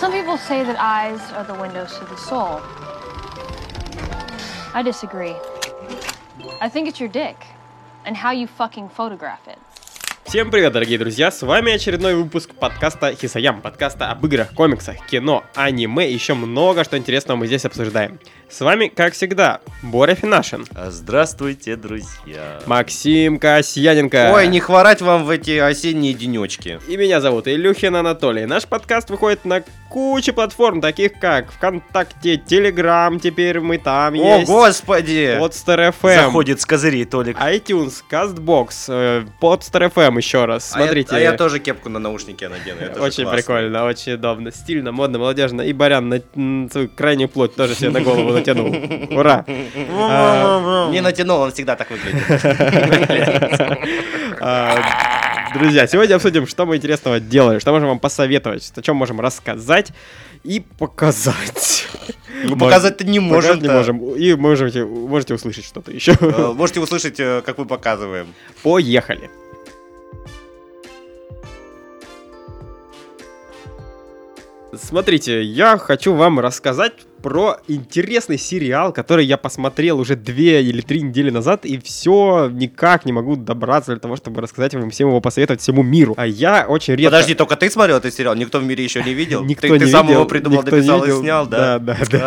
Some people say that eyes are the windows to the soul. I disagree. I think it's your dick and how you fucking photograph it. Всем привет, дорогие друзья! С вами очередной выпуск подкаста Хисаям, подкаста об играх, комиксах, кино, аниме и еще много что интересного мы здесь обсуждаем. С вами, как всегда, Боря Финашин, А, Здравствуйте, друзья. Максим Касьяненко. Ой, не хворать вам в эти осенние денечки. И меня зовут Илюхин Анатолий. Наш подкаст выходит на куче платформ, таких как ВКонтакте, Телеграм, теперь мы там О, есть. господи! Подстер FM, Заходит с козырей Толик. iTunes, Castbox, э, Podster FM еще раз. А я- Смотрите. А я, тоже кепку на наушники надену. это же Очень классно. прикольно, очень удобно, стильно, модно, молодежно. И Барян на м, свою крайнюю плоть тоже себе на голову натянул. Ура! А, Не натянул, он всегда так выглядит. А, Друзья, сегодня обсудим, что мы интересного делали, что можем вам посоветовать, что- о чем можем рассказать и показать. Ну, Показать-то не Показать может. не а. можем. И можете, можете услышать что-то еще. Э, Можете услышать, э, как мы показываем. Поехали. Смотрите, я хочу вам рассказать про интересный сериал, который я посмотрел уже две или три недели назад, и все никак не могу добраться для того, чтобы рассказать вам всем его посоветовать всему миру. А я очень редко... Подожди, только ты смотрел этот сериал? Никто в мире еще не видел? Никто ты, не ты сам видел, его придумал, никто дописал не и видел. снял, да? Да, да, да.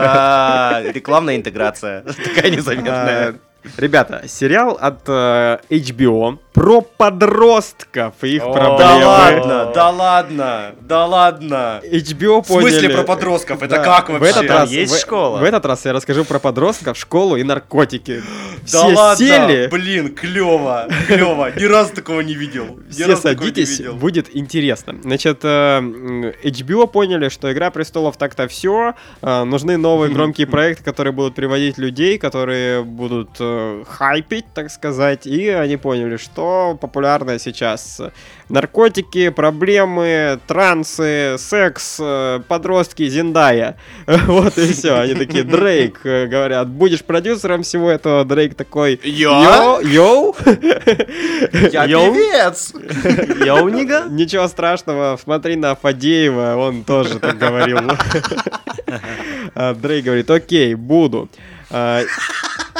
А, Рекламная интеграция. Такая А, незаметная. Ребята, сериал от э, HBO про подростков и их О, проблемы. да А, Да ладно, да ладно, да ладно. HBO В смысле поняли- про подростков? Это Да, как В вообще? этот раз, есть в- школа? В этот раз я расскажу про подростков, школу и наркотики. Да Все ладно, сели, блин, клево, клево. Ни разу такого не видел. Ни все разу такого не садитесь, видел. будет интересно. Значит, э, м, HBO поняли, что «Игра престолов» так-то все. нужны новые громкие проекты, которые будут приводить людей, которые будут э, хайпить, так сказать. И они поняли, что популярно сейчас наркотики, проблемы, трансы, секс, э, подростки, Зиндая. Вот и все. Они такие, Дрейк, э, говорят, будешь продюсером всего этого. Дрейк такой, Я? йоу, йоу. Я Йоу. певец. Я у Нига? Ничего страшного, смотри на Фадеева, он тоже так говорил. А Дрей говорит, окей, буду. А,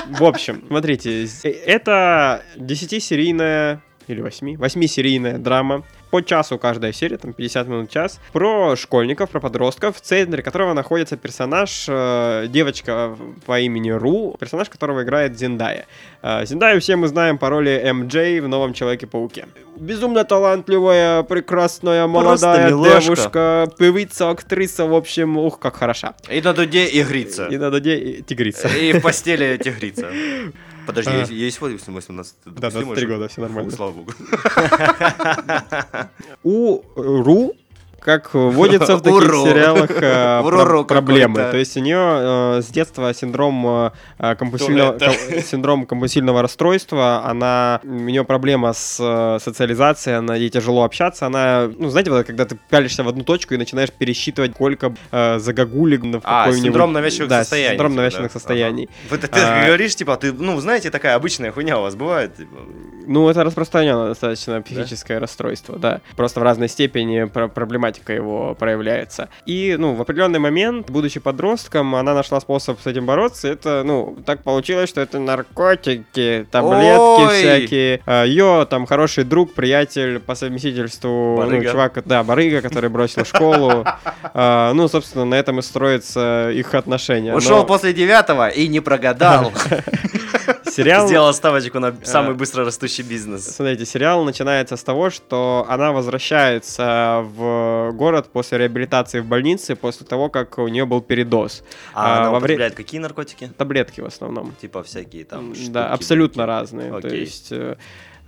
В общем, смотрите, з- э, это 10-серийная или 8, 8-серийная драма. По часу каждая серия, там 50 минут час. Про школьников, про подростков, в центре которого находится персонаж, э, девочка по имени Ру, персонаж которого играет Зиндая. Э, Зиндаю все мы знаем по роли МД в «Новом Человеке-пауке». Безумно талантливая, прекрасная, молодая милашка. девушка, певица, актриса, в общем, ух, как хороша. И на дуде игрица. И на дуде и- тигрица. И в постели тигрица. Подожди, А. есть- есть 18? Да, 23 года, все нормально. Слава богу. У Ру, как водится в таких Уру. сериалах, э, Уруру про- проблемы. какой-то. То есть у нее э, с детства синдром э, э, компульсивного Туалета. ком- синдром компульсивного расстройства. Она у нее проблема с э, социализацией, она ей тяжело общаться. Она, ну знаете, вот когда ты пялишься в одну точку и начинаешь пересчитывать сколько э, загогулек в А, какой-нибудь- синдром навязчивых да, состояний. Синдром типа, навязчивых да. состояний. Ага. Вот ты А. говоришь, типа, а ты, ну, знаете, такая обычная хуйня у вас бывает. типа. Ну, это распространенное достаточно психическое расстройство, да. Просто в разной степени про- проблематика его проявляется. И, ну, в определенный момент, будучи подростком, она нашла способ с этим бороться. Это, ну, так получилось, что это наркотики, таблетки Ой! всякие. Ее там хороший друг, приятель по совместительству, ну, Барыга. чувак, да, барыга, который бросил школу. А, Ну, собственно, на этом и строятся их отношения. Но Ушел после девятого и не прогадал. сериал Сделал ставочку на самый самый быстро растущий бизнес. Смотрите, сериал начинается с того, что она возвращается в город после реабилитации в больнице, после того, как у нее был передоз. А, А она во вре- употребляет какие наркотики? Таблетки в основном. Типа всякие М, там да, штуки. абсолютно разные. То Окей. есть... э,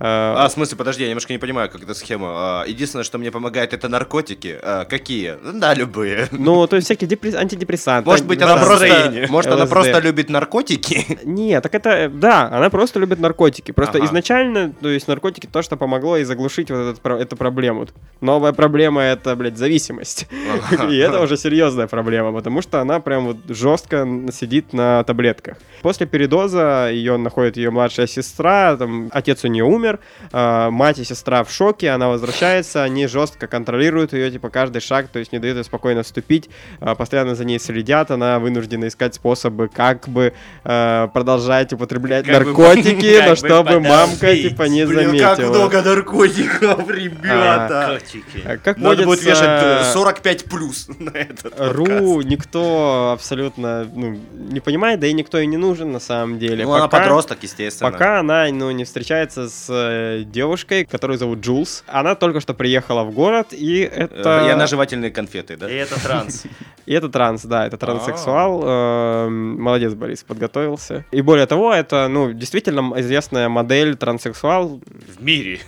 э, А, в смысле, подожди, я немножко не понимаю, как эта схема. А, Единственное, что мне помогает, это наркотики. А, Какие? Ну, Да, любые. Ну, то есть всякие депресс- антидепрессанты. Может быть, она настроение. просто, может, она LSD. просто любит наркотики? Нет, так это, э, да, она просто любит наркотики. Просто Ага. изначально, то есть наркотики то, что помогло и заглушить вот этот, про- эту проблему. Новая проблема это, блядь, зависимость. И это уже серьезная проблема, потому что она прям вот жестко н- сидит на таблетках. После передоза ее находит ее младшая сестра, там отец у нее умер, умер. А, Мать и сестра в шоке, она возвращается, они жестко контролируют ее, типа, каждый шаг, то есть не дают ей спокойно вступить, а, постоянно за ней следят, она вынуждена искать способы, как бы э, продолжать употреблять Как бы- наркотики, но как бы чтобы мамка, подавить. типа, не Блин, ну как заметила. много наркотиков, ребята. Котики. А Как Надо будет водится, вешать э, 45 плюс на этот Ру подкаст. никто абсолютно ну, не понимает, да и никто и не нужен на самом деле. Ну, она Пока- подросток, естественно. Пока она ну, не встречается с э, девушкой, которую зовут Джулс. Она только что приехала в город, и Э, это... Э, И она жевательные конфеты, да? И это транс. И это транс, да, это транссексуал. А. Эм, Молодец, Борис, подготовился. И более того, это, ну, действительно известная модель транссексуал. В мире.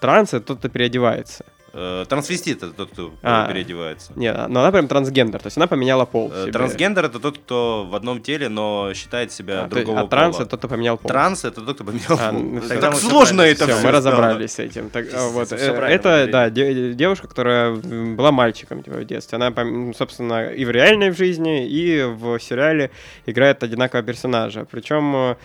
Транс — это тот, кто переодевается. Э, Трансвестит это тот, кто А. переодевается. Не, но она прям трансгендер, то есть она поменяла пол. Э, себе. Трансгендер это тот, кто в одном теле, но считает себя А, то есть- другого а транс — пола. это тот, кто поменял пол. Транс это тот, кто поменял А, пол. ну, Так тогда Так мы всё сложно правильно. это Все, все. мы разобрались с этим. Так, э, Пиздец, вот, это э, всё правильно это, говорили. да, де- девушка, которая м, была мальчиком типа, в детстве. Она, пом- ну, собственно, и в реальной в жизни, и в сериале играет одинакового персонажа. Причем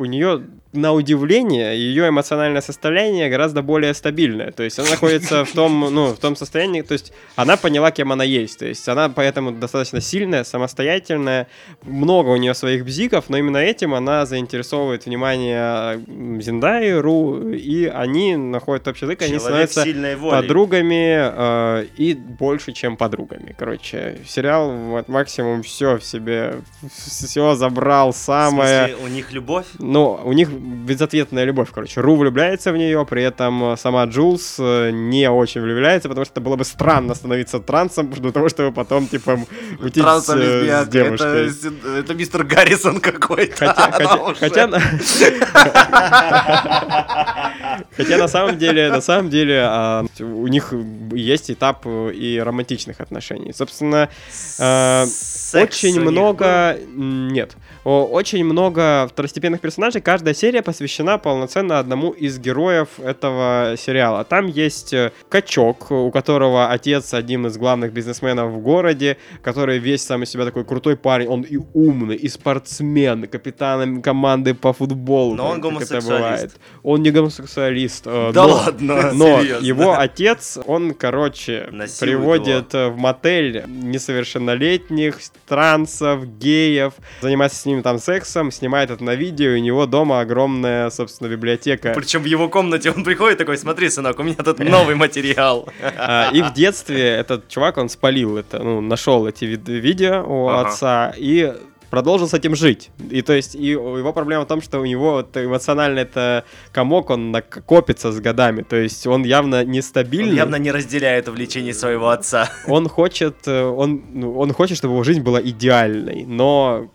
у нее, на удивление, ее эмоциональное состояние гораздо более стабильное. То есть она находится в том, ну, в том состоянии, то есть она поняла, кем она есть. То есть она поэтому достаточно сильная, самостоятельная, много у нее своих бзиков, но именно этим она заинтересовывает внимание м, Зиндаи, Ру, и они находят общий язык, они Человек становятся сильной воли. подругами э, и больше, чем подругами. Короче, сериал вот максимум все в себе, все забрал В самое. смысле, у них любовь? Ну, у них безответная любовь, короче. Ру влюбляется в нее, при этом э, сама Джулс э, не очень влюбляется, потому что было бы странно становиться трансом, для того, чтобы потом, типа, м, уйти с, э, с девушкой. это, это мистер Гаррисон какой-то. Хотя, Она хотя, уже- хотя, на- хотя на самом деле, на самом деле, а, у них есть этап э, и романтичных отношений. Собственно, Э, Секс очень у них много... м, Нет. О, Очень много второстепенных персонажей. Каждая серия посвящена полноценно одному из героев этого сериала. Там есть э, качок, у которого отец одним из главных бизнесменов в городе, который весь сам из себя такой крутой парень. Он и умный, и спортсмен, и капитан команды по футболу. Но он как это гомосексуалист. бывает. Он не гомосексуалист. э, Да но- ладно, но серьезно? его отец, он, короче, Насилует приводит э, в мотель несовершеннолетних, трансов, геев, занимается с ними там сексом, снимает это на видео, и у него дома огромная, собственно, библиотека. Причем в его комнате он приходит такой, смотри, сынок, у меня тут новый материал. А, И в детстве этот чувак, он спалил это, ну, нашел эти вид- видео у Ага. отца и продолжил с этим жить. И то есть и у- его проблема в том, что у него вот эмоционально это комок, он нак- копится с годами. То есть он явно Он нестабильный. явно не разделяет увлечений своего отца. он хочет, э, он, ну, он хочет, чтобы его жизнь была идеальной, но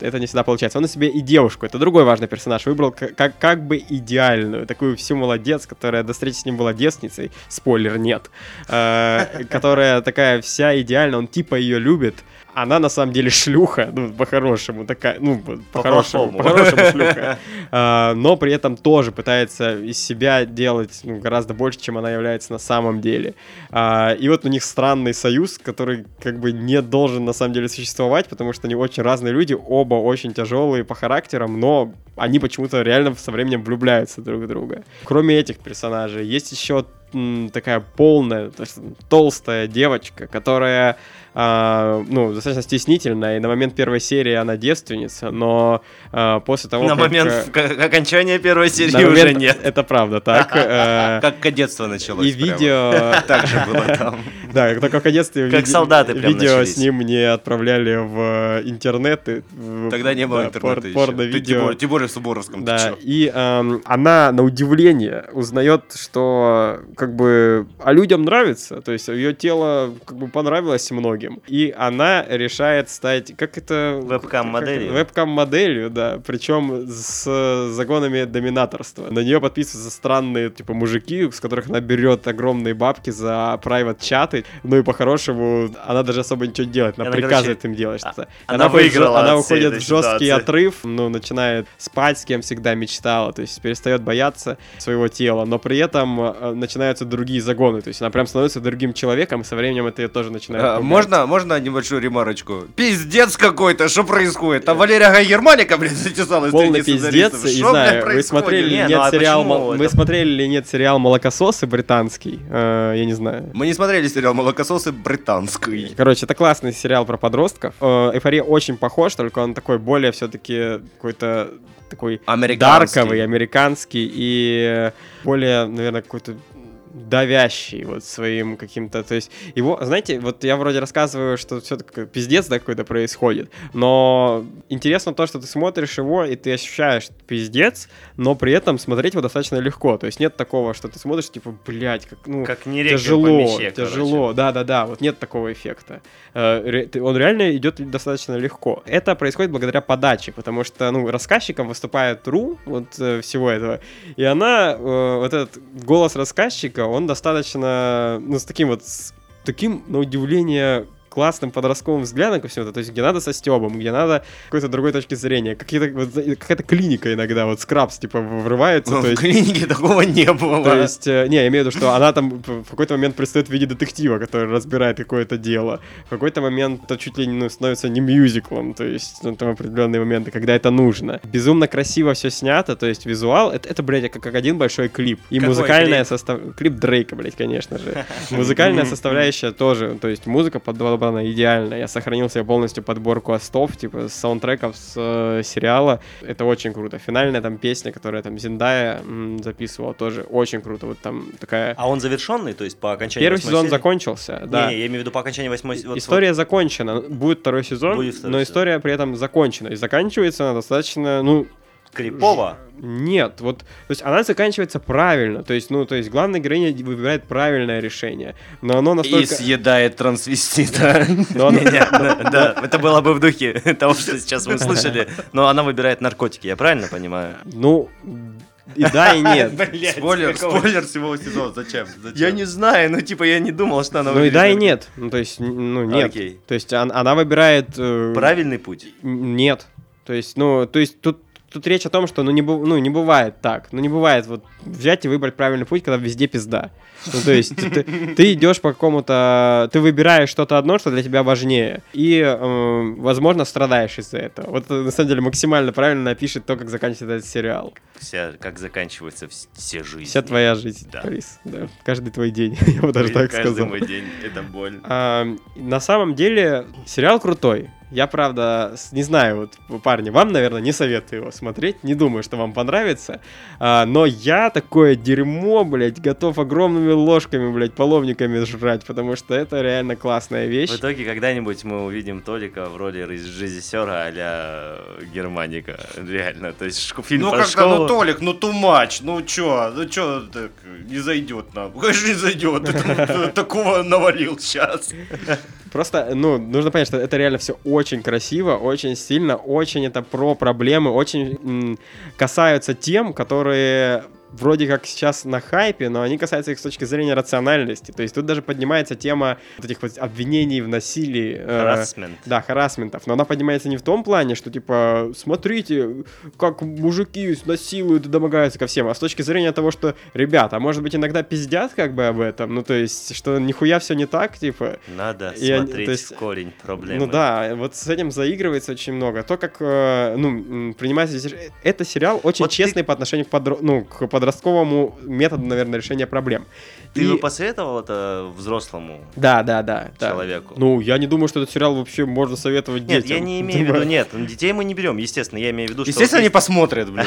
это не всегда получается. Он на себе и девушку, это другой важный персонаж, выбрал к- как, как бы идеальную, такую всю молодец, которая до встречи с ним была девственницей, спойлер, нет, Э, которая такая вся идеальная, он типа ее любит, она на самом деле шлюха, ну, по-хорошему, такая, ну, по-хорошему, По-плохому. по-хорошему шлюха. А, но при этом тоже пытается из себя делать ну, гораздо больше, чем она является на самом деле. А, и вот у них странный союз, который как бы не должен на самом деле существовать, потому что они очень разные люди, оба очень тяжелые по характерам, но они почему-то реально со временем влюбляются друг в друга. Кроме этих персонажей, есть еще м, такая полная, то есть толстая девочка, которая а, ну, достаточно стеснительная, и на момент первой серии она девственница, но а, после того, На как, момент э, в- к- окончания первой серии на уже момент- нет. Это правда, так. э, Как кадетство началось. И прямо. видео... Так же было там. Да, как только в детстве Как виде- солдаты прям видео начались. с ним не отправляли в э, интернет. и в- Тогда не было да, интернета пор- еще. Ты, тем Порно-видео. более- Тем более в Суборовском. ты Да, чё? Э, и эм, она на удивление узнает, что как бы а людям нравится, то есть ее тело как бы понравилось многим, и она решает стать как это Вебкам-моделью. как- вебкам-моделью, да, причем с загонами доминаторства. На нее подписываются странные типа мужики, с которых она берет огромные бабки за private чаты, ну и по-хорошему она даже особо ничего не делает, она, Она, короче, приказывает им делать что-то. она уходит в жё- выиграла она от всей уходит этой в жесткий ситуации. отрыв отрыв, ну, начинает спать, с кем всегда мечтала, то есть перестает бояться своего тела, но при этом э, начинает начинаются другие загоны. То есть она прям становится другим человеком, и со временем это ее тоже начинает. А, пугать. Можно, можно небольшую ремарочку? Пиздец какой-то, что происходит? Там Валерия Гай Германика, блядь, затесалась Полный среди пиздец, сценаристов. не Что, блядь, знаю, вы происходит? смотрели или Не, нет ну а сериал почему «Мол- это- Вы смотрели или нет сериал Молокососы британский? Э, Я не знаю. Мы не смотрели сериал «Молокососы» британский. Короче, это классный сериал про подростков. Э, Эйфория очень похож, только он такой более все-таки какой-то такой Американский. дарковый, американский и э, более, наверное, какой-то давящий вот своим каким-то, то есть его, знаете, вот я вроде рассказываю, что все таки пиздец да, какой-то происходит, но интересно то, что ты смотришь его и ты ощущаешь пиздец, но при этом смотреть его достаточно легко, то есть нет такого, что ты смотришь типа, блядь, как ну Как не река по тяжело, мече, короче. тяжело, да, да, да, вот нет такого эффекта. Э, ре- ты- Он реально идет достаточно легко. Это происходит благодаря подаче, потому что, ну, рассказчиком выступает Ру вот э, всего этого, и она, э, вот этот голос рассказчика, он достаточно, ну, с таким вот, с таким, на удивление, классным подростковым взглядом ко всему это, то есть где надо со стебом, где надо какой-то другой точки зрения, какие-то, вот, какая-то клиника иногда, вот скрабс, типа, врывается, Ну, то В есть клинике такого не Ну, было. то есть, э, не, я имею в виду, что она там в в какой-то момент предстает в виде детектива, который разбирает какое-то дело. В какой-то момент это чуть ли не ну, становится не мюзиклом, то есть ну, там определенные моменты, когда это нужно. Безумно красиво все снято, то есть визуал, это, это блядь, как, как один большой клип. И Какой музыкальная клип? составляющая... Клип Дрейка, блядь, конечно же. Музыкальная составляющая тоже, то есть музыка подобрана идеально. Я сохранил себе полностью подборку остов, типа с саундтреков с э, сериала. Это очень круто. Финальная там песня, которая там Зиндая м, записывала, тоже очень круто. Вот там такая... А он завершенный, то есть по окончании Первый восьмой сезон серии? закончился, Не, да. Не, я имею в виду по окончании восьмой... вот- История закончена, будет второй сезон, Будет второй но сезон. история при этом закончена. И заканчивается она достаточно, ну, вот Крипово. нет, вот, то есть она заканчивается правильно, то есть, ну, то есть главная героиня выбирает правильное решение, но оно И настолько... съедает трансвестита. но оно- Не, не, да, да, это было бы в духе того, что сейчас вы услышали. Но она выбирает наркотики, я правильно понимаю? Ну, и да, и нет. Блядь, Спойлер, какого- спойлер всего сезона. Зачем? Зачем? Я не знаю, ну типа я не думал, что она Ну и выберет да, и наркотики. нет. Ну, то есть, н- ну, нет. Окей. То есть, он- она выбирает... э, Правильный путь. н- Нет. То есть, ну, то есть, тут Тут речь о том, что ну не, бу- ну не бывает так. Ну не бывает вот взять и выбрать правильный путь, когда везде пизда. Ну то есть ты, ты- ты идешь по какому-то... Ты выбираешь что-то одно, что для тебя важнее. И, э, возможно, страдаешь из-за этого. Вот это, на самом деле максимально правильно опишет то, как заканчивается этот сериал. Вся, как заканчивается вс- все жизни. Вся твоя жизнь, Да. Борис. Да. Каждый твой день. Я бы даже так Каждый сказал. мой день, это боль. А, на самом деле, сериал крутой. Я, правда, с- не знаю, вот, парни, вам, наверное, не советую его смотреть, не думаю, что вам понравится, А, но я такое дерьмо, блядь, готов огромными ложками, блядь, половниками жрать, потому что это реально классная вещь. В итоге когда-нибудь мы увидим Толика в роли рез- режиссера а-ля Германика. Реально, то есть шку- фильм Ну про как-то, ну школу. Толик, ну тумач, ну чё, ну чё так не зайдет нам? Конечно не зайдет, такого навалил сейчас. Просто, ну, нужно понять, что это реально все очень красиво, очень сильно, очень это про проблемы, очень м, касаются тем, которые вроде как сейчас на хайпе, но они касаются их с точки зрения рациональности. То есть тут даже поднимается тема вот этих вот обвинений в насилии. э, Харассмент. да, харасментов. Но она поднимается не в том плане, что типа, смотрите, как мужики насилуют и домогаются ко всем, а с точки зрения того, что, ребята, а может быть иногда пиздят как бы об этом, ну то есть, что нихуя все не так, типа, Надо И они- смотреть то есть- в корень проблемы. ну да, вот с этим заигрывается очень много. То, как э, ну, м, принимается... здесь реш- Это сериал очень Вот ты- честный по отношению к, подро- ну, к подростковому методу, наверное, решения проблем. Ты И- бы посоветовал это взрослому Да, да, да. да. человеку? Ну, я не думаю, что этот сериал вообще можно советовать Нет, детям. я не имею в Думаю. виду, нет, ну, детей мы не берем, естественно, я имею в виду, что... Естественно, вот они посмотрят, блин.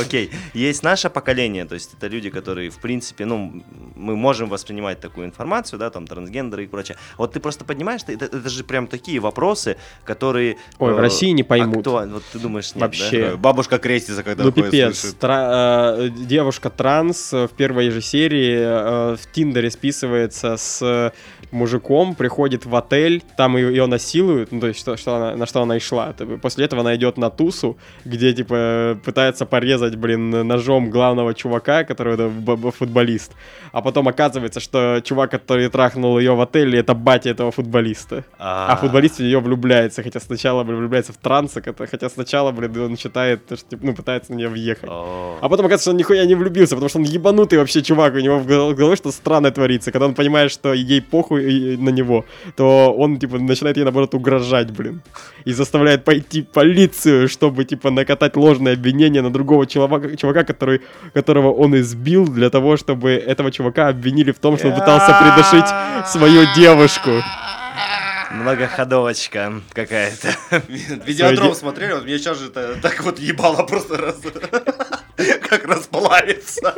Окей. Есть наше поколение, то есть это люди, которые, в принципе, ну, мы можем воспринимать такую информацию, да, там, трансгендеры и прочее. Вот ты просто поднимаешь, это, это же прям такие вопросы, которые... Ой, в э, России не поймут. актуаль- Вот ты думаешь, нет, Вообще. да? Э, Бабушка крестится, когда Ну такое пипец, слышит. Тра- э, девушка транс э, в первой же серии э, в Тиндере списывается с э, мужиком, приходит в отель, там ее, насилуют, ну то есть что, что она, на что она и шла. Т- После этого она идет на тусу, где типа э, пытается порезать, блин, ножом главного чувака, который это б- б- футболист. А потом оказывается, что чувак, который трахнул ее в отеле, это батя этого футболиста. А футболист в нее влюбляется, хотя сначала, блин, влюбляется в транса, хотя хотя сначала, блин, он считает, то, что, типа, ну, пытается на нее въехать. О. А потом оказывается, что он нихуя не влюбился, потому что он ебанутый вообще чувак, у него в гол- голове что странное творится. Когда он понимает, что ей похуй э, на него, то он, типа, начинает ей, наоборот, угрожать, блин. И заставляет пойти в полицию, чтобы, типа, накатать ложное обвинение на другого чувака, чувака который, которого он избил для того, чтобы этого чувака обвинили в том, что он пытался придушить свою девушку. А, Многоходовочка какая-то. Видеодром смотрели, вот меня сейчас же та- так вот ебало просто раз... Как расплавится.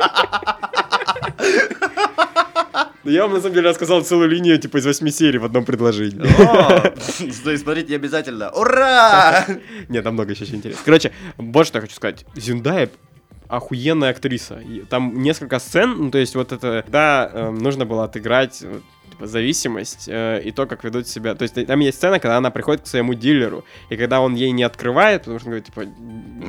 Ну, Я вам, на самом деле, рассказал целую линию, типа, из восьми серий в одном предложении. О, Стоит смотреть не обязательно. Ура! Нет, там много еще интересного. Короче, вот что я хочу сказать. Зюндая охуенная актриса. И Там несколько сцен, ну, то есть вот это, да, эм, нужно было отыграть вот, типа, зависимость э, и то, как ведут себя. То есть э, там есть сцена, когда она приходит к своему дилеру, и когда он ей не открывает, потому что он говорит, типа,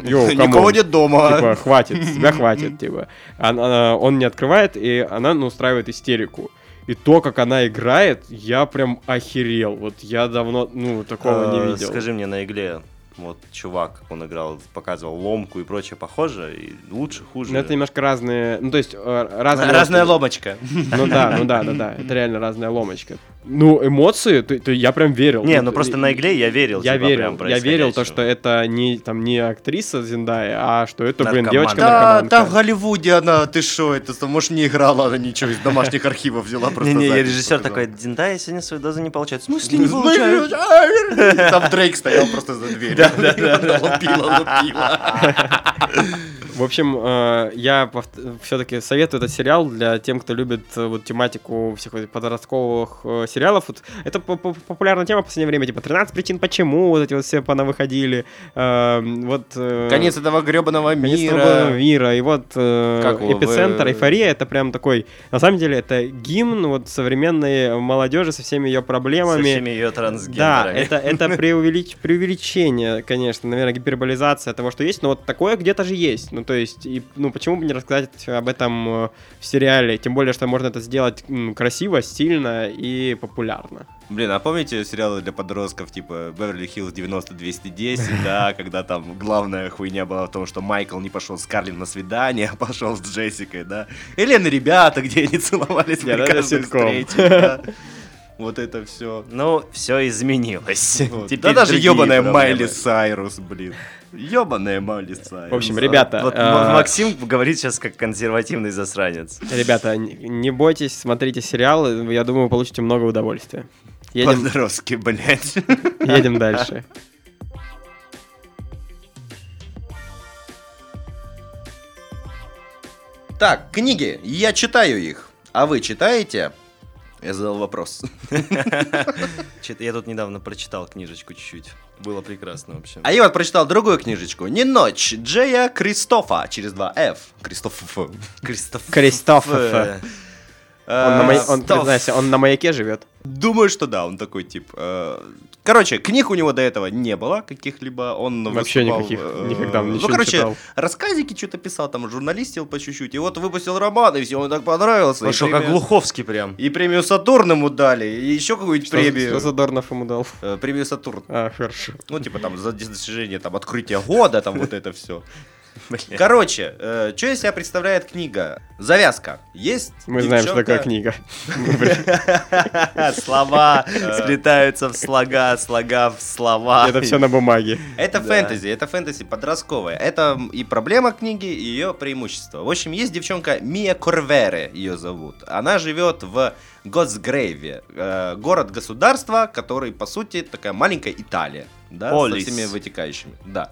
йоу, Никого камон». нет дома. Типа, хватит, тебя хватит, типа. Она- она- он не открывает, и она ну, устраивает истерику. И то, как она играет, я прям охерел. Вот я давно, ну, такого Э, не видел. Скажи мне на игле, вот чувак, как он играл, показывал ломку и прочее, похоже, и лучше, хуже. Ну, это немножко разные, ну, то есть, э, разные... Разная ломочка. Ну да, ну да, да, да, это реально разная ломочка. Ну, эмоции, то, то я прям верил. Не, Вот, ну просто э, на игле я верил. Я типа, верил, прям я верил то, происходящему. что это не, там, не актриса Зиндая, а что это, блин, Наркоман. девочка-наркоманка. Да, там в Голливуде она, ты шо, это, сам- может, не играла она ничего, из домашних архивов взяла просто. Не-не, я запись режиссер показала. такой, да, я сегодня свою дозу не получаю. В смысле не получаю? А, Там Дрейк стоял просто за дверью. Да, да, да. Лупила, лупила. В общем, э, я все-таки советую этот сериал для тем, кто любит э, вот тематику всех вот этих подростковых э, сериалов. Вот это по- по- популярная тема в последнее время, типа 13 причин почему, вот эти вот все понавыходили. Э, Вот э, Конец этого гребаного конец другого мира. мира. И вот э, Как его, эпицентр, э, эйфория, это прям такой, на самом деле, это гимн вот современной молодежи со всеми ее Со проблемами. всеми ее Да, трансгендерами. это, это преувелич- преувеличение, конечно, наверное, гиперболизация того, что есть, но вот такое где-то же есть. Ну, то есть, и, ну, почему бы не рассказать об этом э, в сериале? Тем более, что можно это сделать м, красиво, стильно и популярно. Блин, а помните сериалы для подростков типа Беверли Хиллз 90-210, да, когда там главная хуйня была в том, что Майкл не пошел с Карлин на свидание, а пошел с Джессикой, да? Или на ребята, где они целовались Не, при ну это каждой ситком. встрече, да. Вот это все. Ну, все изменилось. да даже другие ебаная проблемы. Майли Сайрус, блин. Ебаная Майли Сайрус. а? В общем, ребята, Вот э, Максим говорит сейчас как консервативный засранец. Ребята, н- не бойтесь, смотрите сериал, я думаю, вы получите много удовольствия. Едем, Подростки, блядь. едем дальше. Так, книги. Я читаю их. А вы читаете? Я задал вопрос. Чит- Я тут недавно прочитал книжечку чуть-чуть. Было прекрасно вообще. А я вот прочитал другую книжечку. «Не ночь» Джея Кристофа через два F. Кристоф. Ф. Кристоф... Кристоф. Э, Он, на Э, мая- он, Стоф. признайся, он на маяке живет. Думаю, что да, он такой тип. э, Короче, книг у него до этого не было каких-либо. Он Вообще выступал, никаких, э, никогда он ничего Ну, не короче, читал. рассказики что-то писал, там журналистил по чуть-чуть. И вот выпустил роман, и все, он так понравился. Ну и что, как премию- Глуховский прям. И премию Сатурн ему дали, и еще какую-нибудь Что- премию. Что Задорнов ему дал? Э, Премию Сатурн. А, хорошо. Ну, типа там за достижение там открытия года, там вот это все. Блин. Короче, что из себя представляет книга? Завязка. Есть Мы знаем, что такое девчонка- книга. Слова слетаются в слога, слога в слова. Это все на бумаге. Это Да. фэнтези, это фэнтези подростковое. Это и проблема книги, и ее преимущество. В общем, есть девчонка Мия Корвере, ее зовут. Она живет в Готсгрейве, э, город-государство, который, по сути, такая маленькая Италия. Да, Полис. со всеми вытекающими. Да.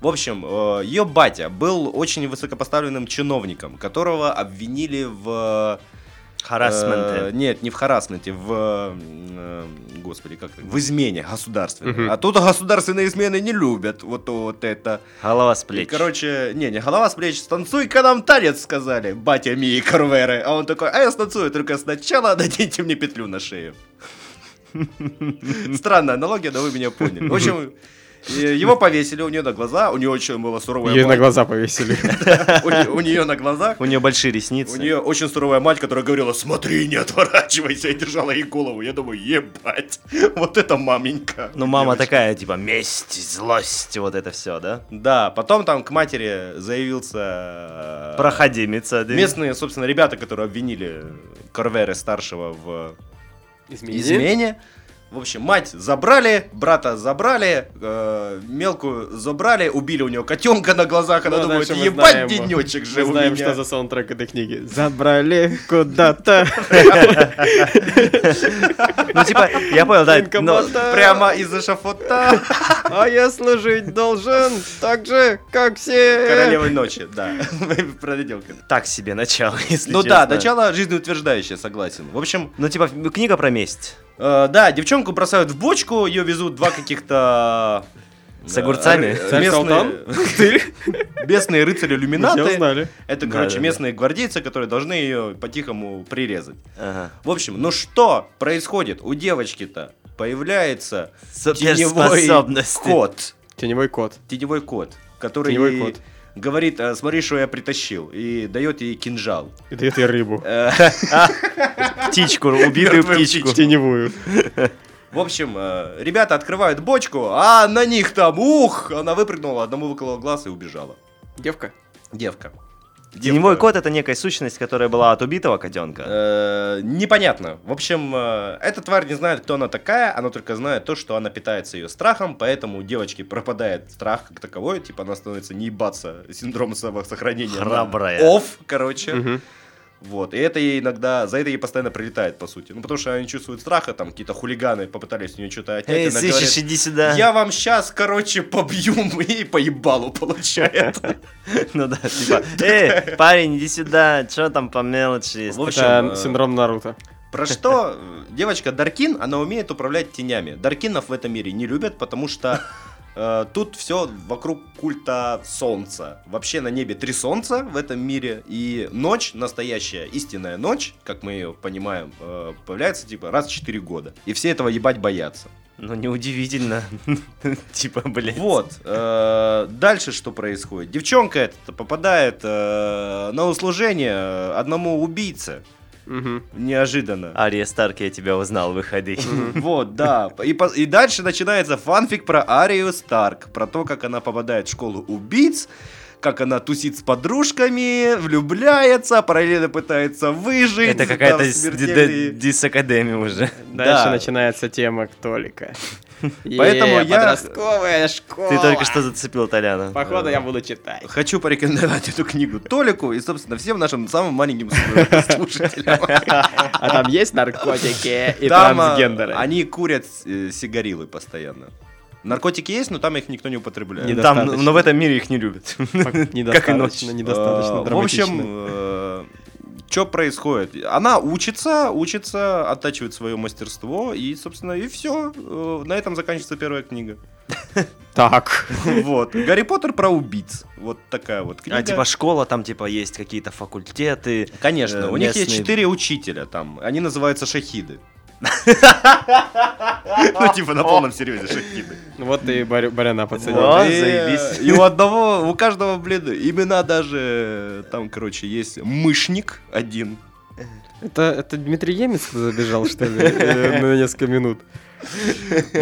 В общем, ее батя был очень высокопоставленным чиновником, которого обвинили в... Э, Харасменты. Нет, не в харасменте, в... э, м, Господи, как это? В измене государственной. Мгм. А тут государственные измены не любят. Вот, то вот это. Голова с И, плеч. короче, не, не голова с плеч, станцуй-ка нам танец, сказали батя Мии Корверы. А он такой, а я станцую, только сначала наденьте мне петлю на шею. Странная аналогия, но вы меня поняли. В общем, И Его повесили у нее на глаза, у нее очень была суровая Ей на мать. глаза повесили. У не- У нее на глазах. У нее большие У ресницы. нее очень суровая мать, которая говорила, смотри, не отворачивайся, и держала ей голову. Я думаю, ебать, вот это маменька. Ну, мама Девочка. такая, типа, месть, злость, вот это все, да? Да, потом там к матери заявился... э, Проходимец один. Местные, собственно, ребята, которые обвинили Корвера старшего в измене. В общем, мать забрали, брата забрали, э, мелкую забрали, убили у нее котенка на глазах, она Ну, думает, дальше мы ебать знаем. денечек же Мы у знаем, меня». что за саундтрек этой книги. Забрали куда-то. Ну, типа, я понял, да. но- инкомата, Прямо из-за шафота А я служить должен так же, как все. королевой ночи, да. Проделка. Так себе начало, если Ну да, честно. начало жизнеутверждающее, согласен. В общем, Ну, типа, м- книга про месть. э, да, девчонку бросают в бочку, ее везут два каких-то... С огурцами? э, Царь Салтан? местные- Местные Мы тебя рыцари-люминаты. узнали. Это, Да, короче, да, да. местные гвардейцы, которые должны ее по-тихому прирезать. Ага. В общем, ну что происходит? У девочки-то появляется теневой Суперспособности. кот. Теневой кот. Теневой кот, который Теневой кот. говорит, «А, смотри, что я притащил, и дает ей кинжал. И дает ей рыбу. Э, Птичку, убитую Мертвую птичку. Теневую. В общем, э, ребята открывают бочку, а на них там, ух, она выпрыгнула, одному выколола глаз и убежала. Девка? Девка. Теневой Девка. кот это некая сущность, которая была от убитого котенка. Э, непонятно. В общем, э, эта тварь не знает, кто она такая, она только знает то, что она питается ее страхом, поэтому у девочки пропадает страх как таковой, типа она становится не ебаться синдром самосохранения. на Храбрая. Оф, короче. Вот, и это ей иногда, за это ей постоянно прилетает, по сути. Ну, потому что она не чувствует страха, там какие-то хулиганы попытались у нее что-то отнять. Эй, она слышишь, говорит, иди Э, сюда. Я вам сейчас, короче, побью и по ебалу получает. Ну да, типа, эй, парень, иди сюда, что там по мелочи есть? В общем, Это э, синдром Наруто. Про что э, девочка Даркин, она умеет управлять тенями. Даркинов в этом мире не любят, потому что э, тут все вокруг культа солнца. Вообще на небе три солнца в этом мире. И ночь, настоящая истинная ночь, как мы ее понимаем, э, появляется типа раз в 4 года. И все этого ебать боятся. Ну, неудивительно. Типа, блядь. Вот. э, Дальше что происходит? Девчонка эта попадает э, на услужение э, одному убийце. Мгм. Неожиданно. Ария Старк, я тебя узнал, выходи. Вот, да. И, по- и дальше начинается фанфик про Арию Старк, про то, как она попадает в школу убийц, как она тусит с подружками, влюбляется, параллельно пытается выжить. Это там какая-то с- смертельные- д- дисакадемия уже. Дальше Да. начинается тема Толика. Поэтому Е, я- Подростковая школа. Ты только что зацепил Толяна. Походу, я буду читать. Хочу порекомендовать эту книгу Толику и, собственно, всем нашим самым маленьким слушателям. А там есть наркотики и Там, а, трансгендеры? Они курят э, сигарилы постоянно. Наркотики есть, но там их никто не употребляет. Не Там, недостаточно. но в этом мире их не любят. Как и ночь. Недостаточно, недостаточно Э, В драматично. общем, что происходит? Она учится, учится, оттачивает свое мастерство, и, собственно, и все. На этом заканчивается первая книга. Так. Вот. Гарри Поттер про убийц. Вот такая вот книга. А типа школа, там типа есть какие-то факультеты. Конечно, э, у них есть местные- четыре учителя там. Они называются шахиды. Ну, типа, на полном серьезе шахиды. Вот и Баря- Баряна подсадил. Вот. Вот, и, заебись. И у одного, у каждого, блин, имена даже, там, короче, есть мышник один, Это, это Дмитрий Емец забежал, что ли, э, на несколько минут?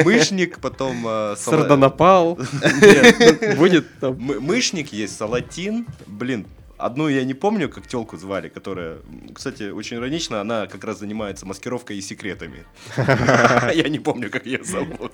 мышник, потом... э, сала- Сардонапал. ну, Нет, Будет там. М- Мышник есть, Салатин. Блин, одну я не помню, как телку звали, которая, м, кстати, очень иронично, она как раз занимается маскировкой и секретами. Я не помню, как ее зовут.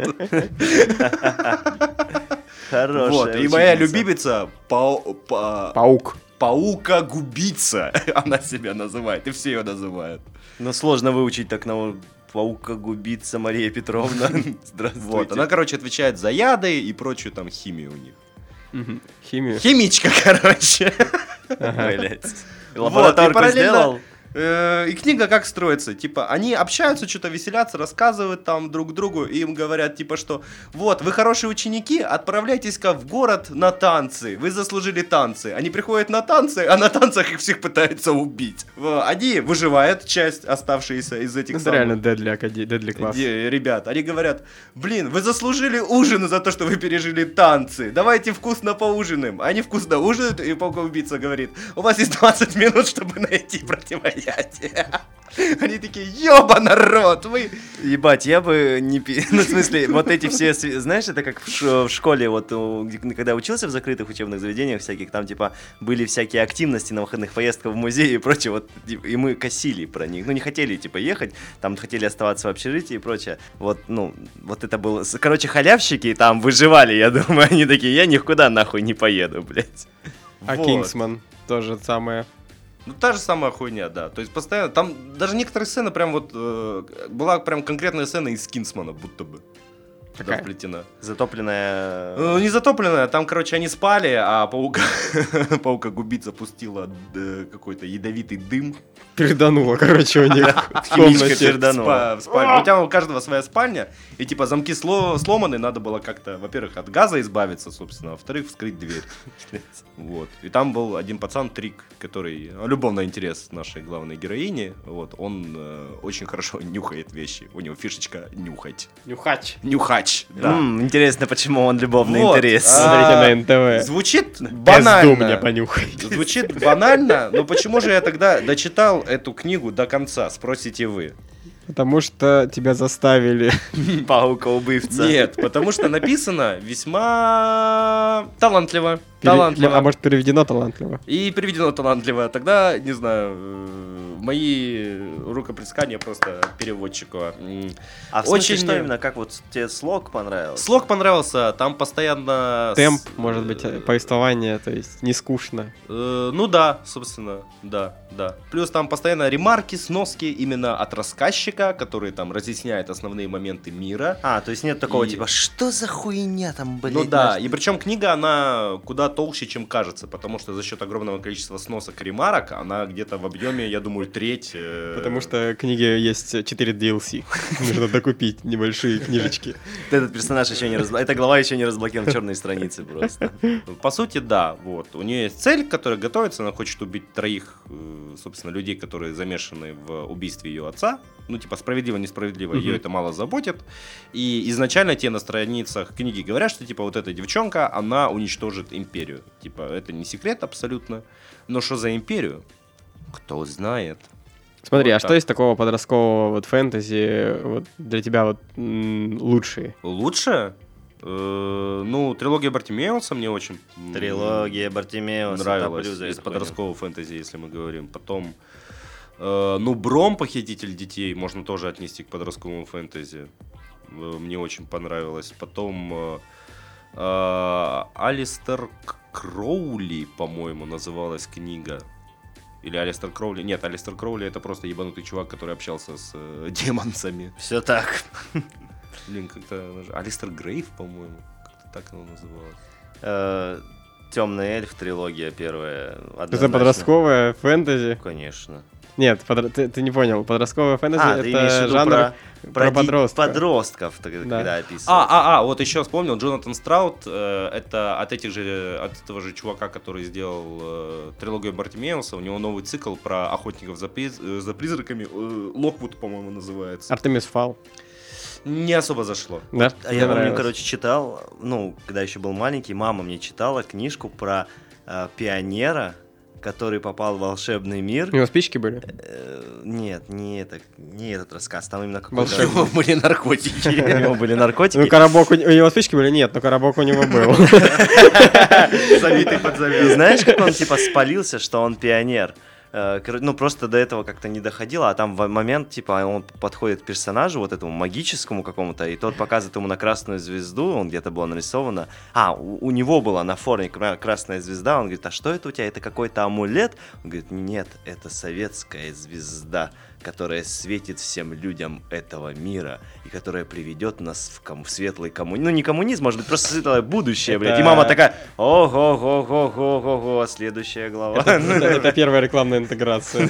Хорошая Вот, и моя ученица. любимица Пау- Па- Паук. Паука-губица, она себя называет, и все ее называют. Ну, сложно выучить так на паука-губица Мария Петровна. Здравствуйте. Вот, она, короче, отвечает за яды и прочую там химию у них. Мгм. Химию. Ну, Химичка, короче. Блядь. Вот, и Лабораторку параллельно- сделал? Э, И книга как строится? Типа, они общаются, что-то веселятся, рассказывают там друг другу, и им говорят, типа, что вот, вы хорошие ученики, отправляйтесь-ка в город на танцы, вы заслужили танцы. Они приходят на танцы, а на танцах их всех пытаются убить. Во, Они выживают, часть оставшиеся из этих Ну, Это самых реально дедли, акаде- дедли класс. де- ребят. Они говорят, блин, вы заслужили ужин за то, что вы пережили танцы. Давайте вкусно поужинаем. Они вкусно ужинают, и паука-убийца говорит, у вас есть 20 минут, чтобы найти противоядие. Они такие, ёба народ, вы... Ебать, я бы не... пи- Ну, в смысле, вот эти все... сви- Знаешь, это как в ш- в школе, вот, у- где- когда учился в закрытых учебных заведениях всяких, там, типа, были всякие активности на выходных поездках в музей и прочее, вот, и- и мы косили про них. Ну, не хотели, типа, ехать, там, хотели оставаться в общежитии и прочее. Вот, ну, вот это было... с- Короче, халявщики там выживали, я думаю, они такие, я никуда нахуй не поеду, блядь. А Вот. Кингсман тоже самое. Ну, та же самая хуйня, да. То есть постоянно, там даже некоторые сцены прям вот, э, была прям конкретная сцена из Кинсмана, будто бы. туда Какая? вплетена. Затопленная... Ну, не затопленная, там, короче, они спали, а паука, паука-губица пустила э, какой-то ядовитый дым Передануло, короче, у них в Химичка комнате. в перданула. спа- в спальню. У тебя у каждого своя спальня, и, типа, замки сло- сломаны, надо было как-то, во-первых, от газа избавиться, собственно, а во-вторых, вскрыть дверь. Вот. И там был один пацан Трик, который а, любовный интерес нашей главной героини. Вот. Он э, очень хорошо нюхает вещи. У него фишечка нюхать. Нюхач. Нюхач, да. М, интересно, почему он любовный Вот, интерес. а, Смотрите на НТВ. Звучит Пизду мне банально. понюхай. Звучит банально, но почему же я тогда дочитал эту книгу до конца, спросите вы. Потому что тебя заставили. Паука-убивца. Нет, потому что написано весьма талантливо. Пере- А Талантливо. может, переведено талантливо? И переведено талантливо. Тогда, не знаю, э, мои рукоплескания просто переводчику. М. А в смысле, Очень что не- именно, как вот тебе слог понравился? Слог понравился, там постоянно... с- Темп, может быть, э, повествование, то есть не скучно. Э, ну да, собственно, да, да. Плюс там постоянно ремарки, сноски именно от рассказчика, который там разъясняет основные моменты мира. А, то есть нет такого И- типа, что за хуйня там, блядь? Ну да, наш- и причем книга, она куда толще, чем кажется, потому что за счет огромного количества сносок и ремарок, она где-то в объеме, я думаю, треть. э, Потому что книги есть 4 DLC. Нужно докупить небольшие книжечки. Этот персонаж еще не разблокирован, эта глава еще не разблокирована, черные страницы просто. По сути, да, вот. У нее есть цель, которая готовится, она хочет убить троих, э, собственно, людей, которые замешаны в убийстве ее отца. Ну, типа, справедливо, несправедливо, Мгм. ее это мало заботит. И изначально те на страницах книги говорят, что, типа, вот эта девчонка, она уничтожит империю. Типа, это не секрет абсолютно. Но что за империю? Кто знает. Смотри, Вот а что так. из такого подросткового вот фэнтези вот для тебя вот м, лучшие? Лучше? Э, ну, трилогия Бартимеуса мне очень... м, Трилогия Бартимеева, нравилось Сатабрюза, из я так подросткового фэнтези, если мы говорим. Потом, э, ну, Бром, похититель детей, можно тоже отнести к подростковому фэнтези. Э, Мне очень понравилось. Потом э, э, Алистер К- Кроули, по-моему, называлась книга. Или Алистер Кроули. Нет, Алистер Кроули это просто ебанутый чувак, который общался с э, демонцами. понял. Все так. Блин, как-то... она же- Алистер Грейв, по-моему. Как-то так оно называлось. Темный Э, эльф, трилогия первая. Это однозначно. подростковое фэнтези? Конечно. Нет, подр- ты, ты не понял. Подростковое фэнтези А, ты имеешь в это виду жанр про- про, про ди- подростка. подростков, ты Да. когда описывал. А, а, а, вот еще вспомнил, Джонатан Страут, э, это от этих же, от этого же чувака, который сделал э, трилогию Бартимеуса, у него новый цикл про охотников за, приз- э, за призраками, э, Локвуд, по-моему, называется. Артемис Фал. Не особо зашло. Да? А я помню, Понравилось. короче, читал, ну, когда еще был маленький, мама мне читала книжку про э, пионера, который попал в волшебный мир. У него спички были? Э, Нет, не, это, не этот рассказ, там именно Волшебный. какой-то... У него были наркотики. У него были Ну, наркотики. коробок у, у него спички были? Нет, но коробок у него был. Забитый под И завязку. знаешь, как он типа спалился, что он пионер? Э, коро- Ну, просто до этого как-то не доходило, а там в момент, типа, он подходит к персонажу, вот этому магическому какому-то, и тот показывает ему на красную звезду, он где-то было нарисовано. А, у, у него была на форме кра- красная звезда, он говорит, а что это у тебя, это какой-то амулет? Он говорит, нет, это советская звезда, которая светит всем людям этого мира и которая приведет нас в, ком- в светлый коммунизм. Ну, не коммунизм, может быть, просто светлое будущее, блядь. И мама такая, ого-го-го-го-го-го, следующая глава. Это первая рекламная интеграция.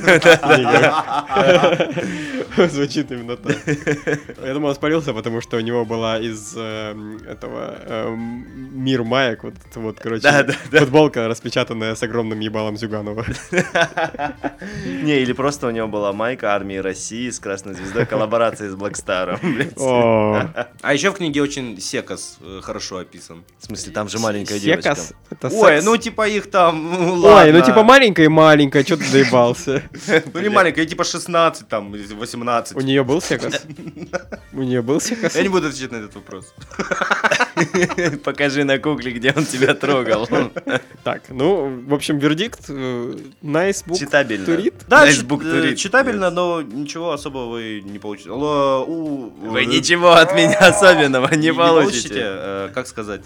Игорь. Звучит именно так. Я думал, он спалился, потому что у него была из эм, этого эм, мир маек, вот, это вот, Да, короче, да, да. футболка, распечатанная с огромным ебалом Зюганова. Ну, Не, или просто у него была майка армии России с красной звездой, коллаборация с Блэкстаром. блядь. О, А еще в книге очень секас э, хорошо описан. В смысле, там же маленькая девочка. секас. Это Ой, секс. ну типа их там, ну, Ой, ну ладно. типа маленькая и маленькая, что ты доебался? Ну не маленькая, типа 16, там, или 18. У нее был секас? У нее был секас? Я не буду отвечать на этот вопрос. Покажи на кукле, где он тебя трогал. Так, ну, в общем, вердикт. э, Найс бук. Читабельно. турит? Да, Знаешь, чит- бук э, турит. читабельно, но ничего особого вы не получите. Ло- у- Вы э, ничего от меня особенного не получите. э, Как сказать?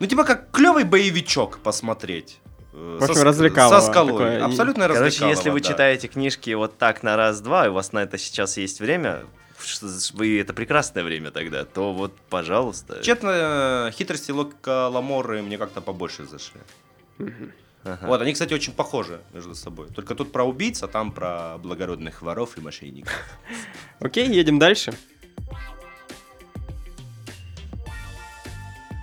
Ну типа как клевый боевичок посмотреть. Э, В общем, со ск- развлекалово Со скалой. такое. И- Абсолютно Короче, развлекалово, если вы да. читаете книжки вот так на раз-два, и у вас на это сейчас есть время, что за- вы это прекрасное время тогда, то вот, пожалуйста. Честно, э, хитрости логика Ламоры мне как-то побольше зашли. Ага. Вот, они, кстати, очень похожи между собой. Только тут про убийц, а там про благородных воров и мошенников. Окей, едем дальше.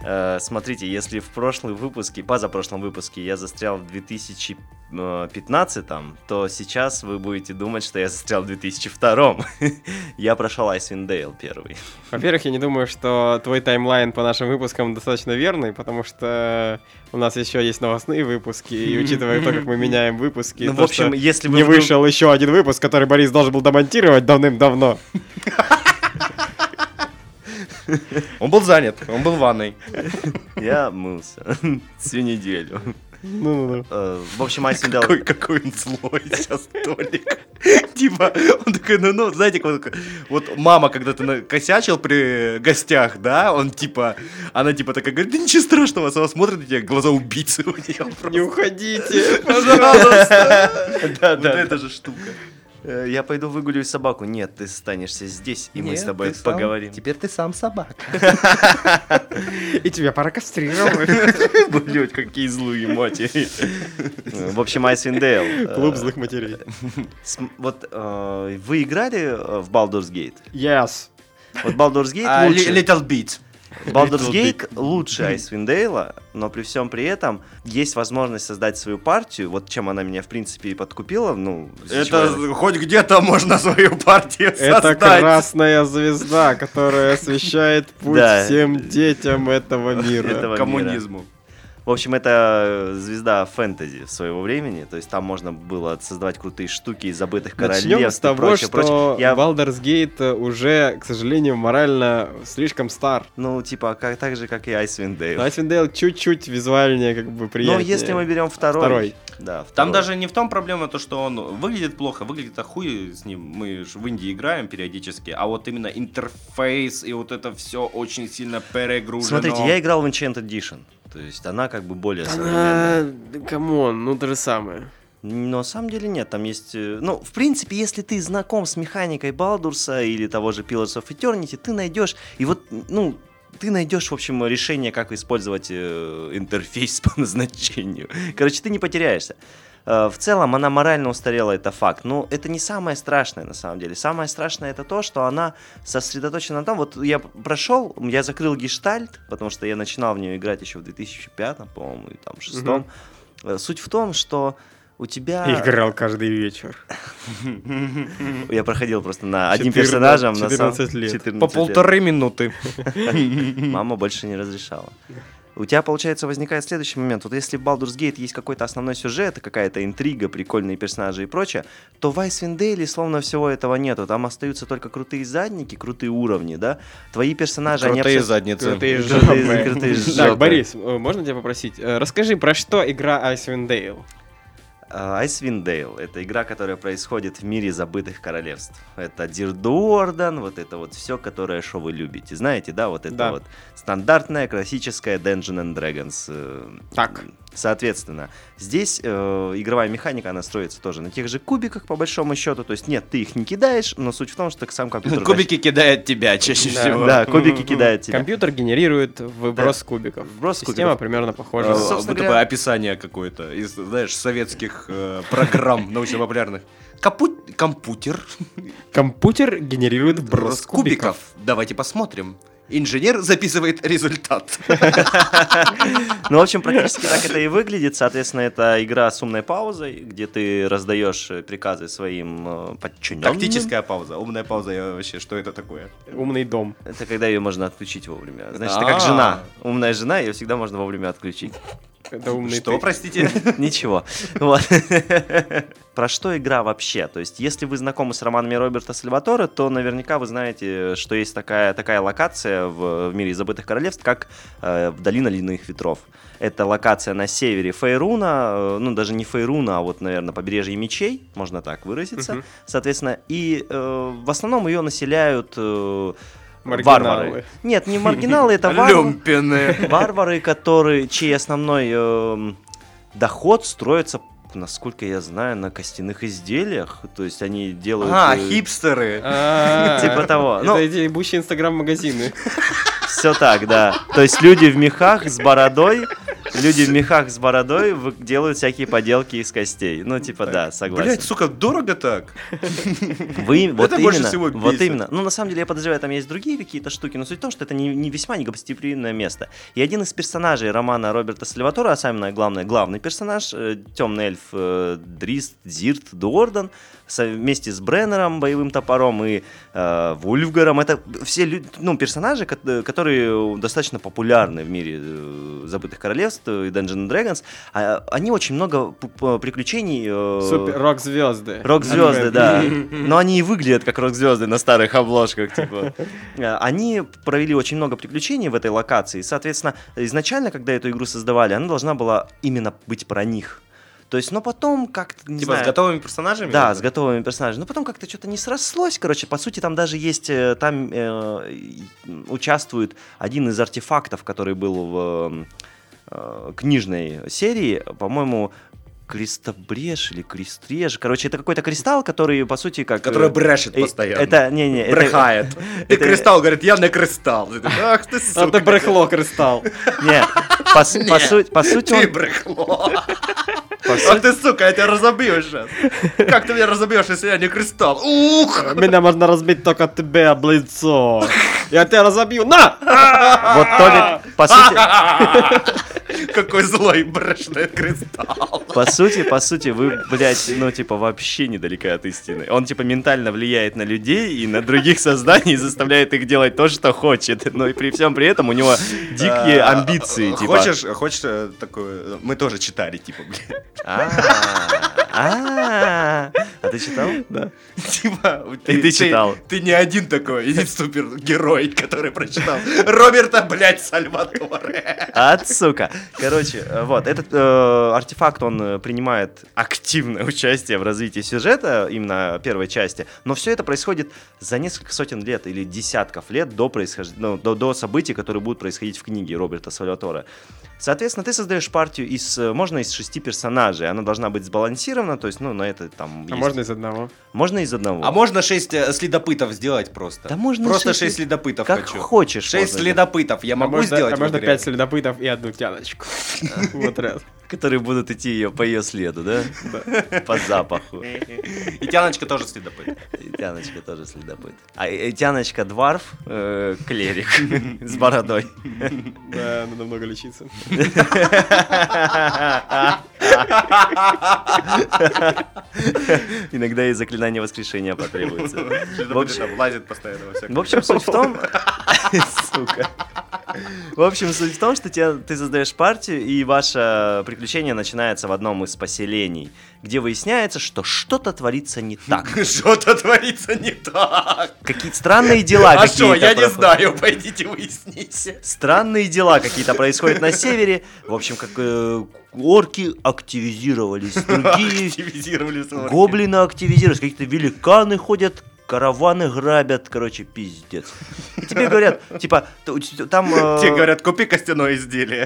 Э, Смотрите, если в прошлом выпуске, позапрошлом выпуске я застрял в 2015, то сейчас вы будете думать, что я застрял в 2002. Я прошел Icewind Dale первый. Во-первых, я не думаю, что твой таймлайн по нашим выпускам достаточно верный, потому что у нас еще есть новостные выпуски, и учитывая то, как мы меняем выпуски, Хм. Ну, то, в общем, что если вы не вдруг- вышел еще один выпуск, который Борис должен был домонтировать давным-давно. Он был занят, он был в ванной. Я мылся всю неделю. Ну-ну-ну. Э, В общем, Icewind Dale... Какой, какой он злой сейчас, Толик. Типа, он такой, ну, ну, знаете, как он такой, вот мама когда-то на- косячил при гостях, да, он типа, она типа такая говорит, да ничего страшного, она смотрит на тебя, глаза убийцы у нее Не просто. уходите, Да, Вот да, это же штука. Э, Я пойду выгулю собаку. Нет, ты останешься здесь, и мы с Нет, тобой ты сам- поговорим. Теперь ты сам собака. И тебя пора кастрировать. Блять, какие злые матери. Э, В общем, Icewind Dale. э, Клуб злых матерей. См- Вот э, вы играли э, в Baldur's Gate? Yes. Вот Baldur's Gate А, ли- лучше. Little Beat. Baldur's Little Gate лучше Icewind Dale, но при всем при этом есть возможность создать свою партию. Вот чем она меня в принципе и подкупила. Ну, из-за чего я- Это хоть где-то можно свою партию Это создать. красная звезда, которая освещает путь Да. всем детям этого мира. Этого коммунизму. В общем, это э, звезда фэнтези своего времени. То есть там можно было создавать крутые штуки из забытых Начнем с королевств и того, прочее, что прочее. Я- Baldur's Gate э, уже, к сожалению, морально слишком стар. Ну, типа, как, так же, как и Icewind Dale. Но Icewind Dale чуть-чуть визуальнее, как бы Но приятнее. если мы берем второй... Второй. Да, Там второй. даже не в том проблема, то, что он выглядит плохо, выглядит а хуй с ним. Мы ж в Индии играем периодически, а вот именно интерфейс и вот это все очень сильно перегружено. Смотрите, я играл в Enchanted Edition. То есть она как бы более современная. Она- А, Камон, ну то же самое. Но на самом деле нет, там есть... э, Ну, в принципе, если ты знаком с механикой Балдурса или того же Pillars of Eternity, ты найдешь... И вот, ну, ты найдешь, в общем, решение, как использовать э, интерфейс по назначению. Короче, ты не потеряешься. Э, В целом она морально устарела, это факт. Но это не самое страшное на самом деле. Самое страшное это то, что она сосредоточена на том. Вот я прошел, я закрыл гештальт, потому что я начинал в нее играть еще в 2005, по-моему, и там шестом. Э, Суть в том, что у тебя... Играл каждый вечер. Я проходил просто на 14 одним персонажем. на самом- 14 лет. 14 по лет. полторы минуты. Мама больше не разрешала. У тебя, получается, возникает следующий момент. Вот если в Baldur's Gate есть какой-то основной сюжет, и какая-то интрига, прикольные персонажи и прочее, то в Icewind Dale словно всего этого нету. Там остаются только крутые задники, крутые уровни, да? Твои персонажи, они... абсо- задницы. Крутые Крутые- жопы. крутые жопы. Так, Борис, э, можно тебя попросить? Э, Расскажи, про что игра Icewind Dale? Icewind Dale — А, это игра, которая происходит в мире забытых королевств. Это Дирдуордан, вот это вот все, которое шо вы любите. Знаете, да, вот это Да. вот стандартная классическая Dungeon and Dragons. э, Так. Соответственно, здесь э, игровая механика, она строится тоже на тех же кубиках, по большому счету. То есть, нет, ты их не кидаешь, но суть в том, что сам компьютер... Кубики кидает тебя чаще Да. всего. Да, кубики кидают тебя. Компьютер генерирует выброс кубиков. Вброс Система кубиков. примерно Э, похожа. Э, собственно вот это говоря- описание какое-то из, знаешь, советских э, программ научно-популярных. Капут... Компьютер. Компьютер генерирует вброс С кубиков. Давайте посмотрим. Инженер записывает результат. Ну, в общем, практически так это и выглядит. Соответственно, это игра с умной паузой, где ты раздаешь э, приказы своим э, подчиненным. Тактическая пауза. Умная пауза. Я вообще, что это такое? Умный дом. Это когда ее можно отключить вовремя. Значит, это как жена. Умная жена, ее всегда можно вовремя отключить. Это умный Что, ты. простите? Ничего. Вот. Про что игра вообще? То есть, если вы знакомы с романами Роберта Сальватора, то наверняка вы знаете, что есть такая, такая локация в, в мире забытых королевств, как э, в Долина Ледяных Ветров. Это локация на севере Фейруна, э, ну даже не Фейруна, а вот, наверное, побережье мечей, можно так выразиться. Мгм. Соответственно, и э, в основном ее населяют э, Маргиналы. варвары. Нет, не маргиналы, это варвары. Люмпины. Варвары, которые, чей основной эм, доход строится, насколько я знаю, на костяных изделиях. То есть они делают... А, э, хипстеры. А, Типа того. Ну. Это эти ебучие инстаграм-магазины. Все так, да. То есть люди в мехах с бородой, люди в мехах с бородой вы- делают всякие поделки из костей. Ну, типа, да, Блять, согласен. сука, дорого так. Вы, вот это именно, больше всего вот бесит. именно. Ну, на самом деле, я подозреваю, там есть другие какие-то штуки, но суть в том, что это не, не весьма негостеприимное место. И один из персонажей романа Роберта Сальватора, а самое главное, главный персонаж, э, темный эльф э, Дрист Дзирт Дуордан, со- вместе с Бреннером, боевым топором и э, Вульфгаром, это все лю- ну, персонажи, кот- которые достаточно популярны в мире э, Забытых Королевств и Dungeons and Dragons, а, они очень много п- п- приключений... э, Супер рок-звезды. Рок-звезды, да. Но они и выглядят как рок-звезды на старых обложках, типа. Э, Они провели очень много приключений в этой локации. Соответственно, изначально, когда эту игру создавали, она должна была именно быть про них. То есть, но потом как-то, не Типа с знаю, готовыми персонажами? да, с готовыми персонажами. Но потом как-то что-то не срослось, короче. По сути, там даже есть, э, там э, и- м, участвует один из артефактов, который был в м, э, книжной серии, по-моему, крестобреж или крестреж. Короче, это какой-то кристалл, который, по сути, как... э, Которая брешет э, постоянно. Это, не-не, это- Брехает. Ты это- э, кристалл, говорит, я на кристалл. Ты такой, Ах ты, А ты сука. брехло кристалл. Не, по, су- по Не. су- по сути Ты он... брехло. А ты, сука, я тебя разобью сейчас. Как ты меня разобьешь, если я не кристалл? Ух! Меня можно разбить только от тебя об лицо. Я тебя разобью. На! А Вот Толик, по сути... Какой злой брешный кристалл. По сути, по сути, вы, блядь, ну, типа, вообще недалеко от истины. Он, типа, ментально влияет на людей и на других созданий, и заставляет их делать то, что хочет. Но и при всем при этом у него дикие А, амбиции, типа. Хочешь, хочешь э, такое... Мы тоже читали, типа, блин. А, а, а ты читал? Типа, И ты читал. Ты не один такой супергерой, который прочитал. Роберта, блядь, Сальваторе. От, сука. Короче, э, вот, этот э, артефакт, он э, принимает активное участие в развитии сюжета, именно первой части, но все это происходит за несколько сотен лет или десятков лет до, происхож- ну, до, до событий, которые будут происходить в книге Роберта Сальватора. Соответственно, ты создаешь партию из, э, можно из шести персонажей, она должна быть сбалансирована, то есть, ну, на это там... А есть- можно из одного? Можно из одного. А можно 6 следопытов сделать просто? Да можно Просто шесть 6 след- следопытов как хочу. хочешь. 6 можно, следопытов я А могу можно- сделать? А в можно игре? 5 следопытов и одну тяночку. Вот раз. Которые будут идти ее по ее следу, да? По запаху. И Тяночка тоже следопыт. И Тяночка тоже следопыт. А и- и Тяночка дворф, э, клерик с бородой. Да, надо много лечиться. Иногда и заклинание воскрешения потребуется. Следопыт там лазит постоянно во всяком. В общем, суть в том... Сука. В общем, суть в том, что тебя- ты создаешь партию, и ваше приключение начинается в одном из поселений, где выясняется, что что-то творится не так. Что-то творится не так. Какие-то странные дела А что, какие-то я не проходят. знаю, пойдите выясните. Странные дела какие-то происходят на севере. В общем, как э, орки активизировались, другие Активизировали сорки. гоблины активизировались, какие-то великаны ходят, караваны грабят, короче, пиздец. И тебе говорят, типа, т- т- там... э, Те говорят, купи костяное изделие.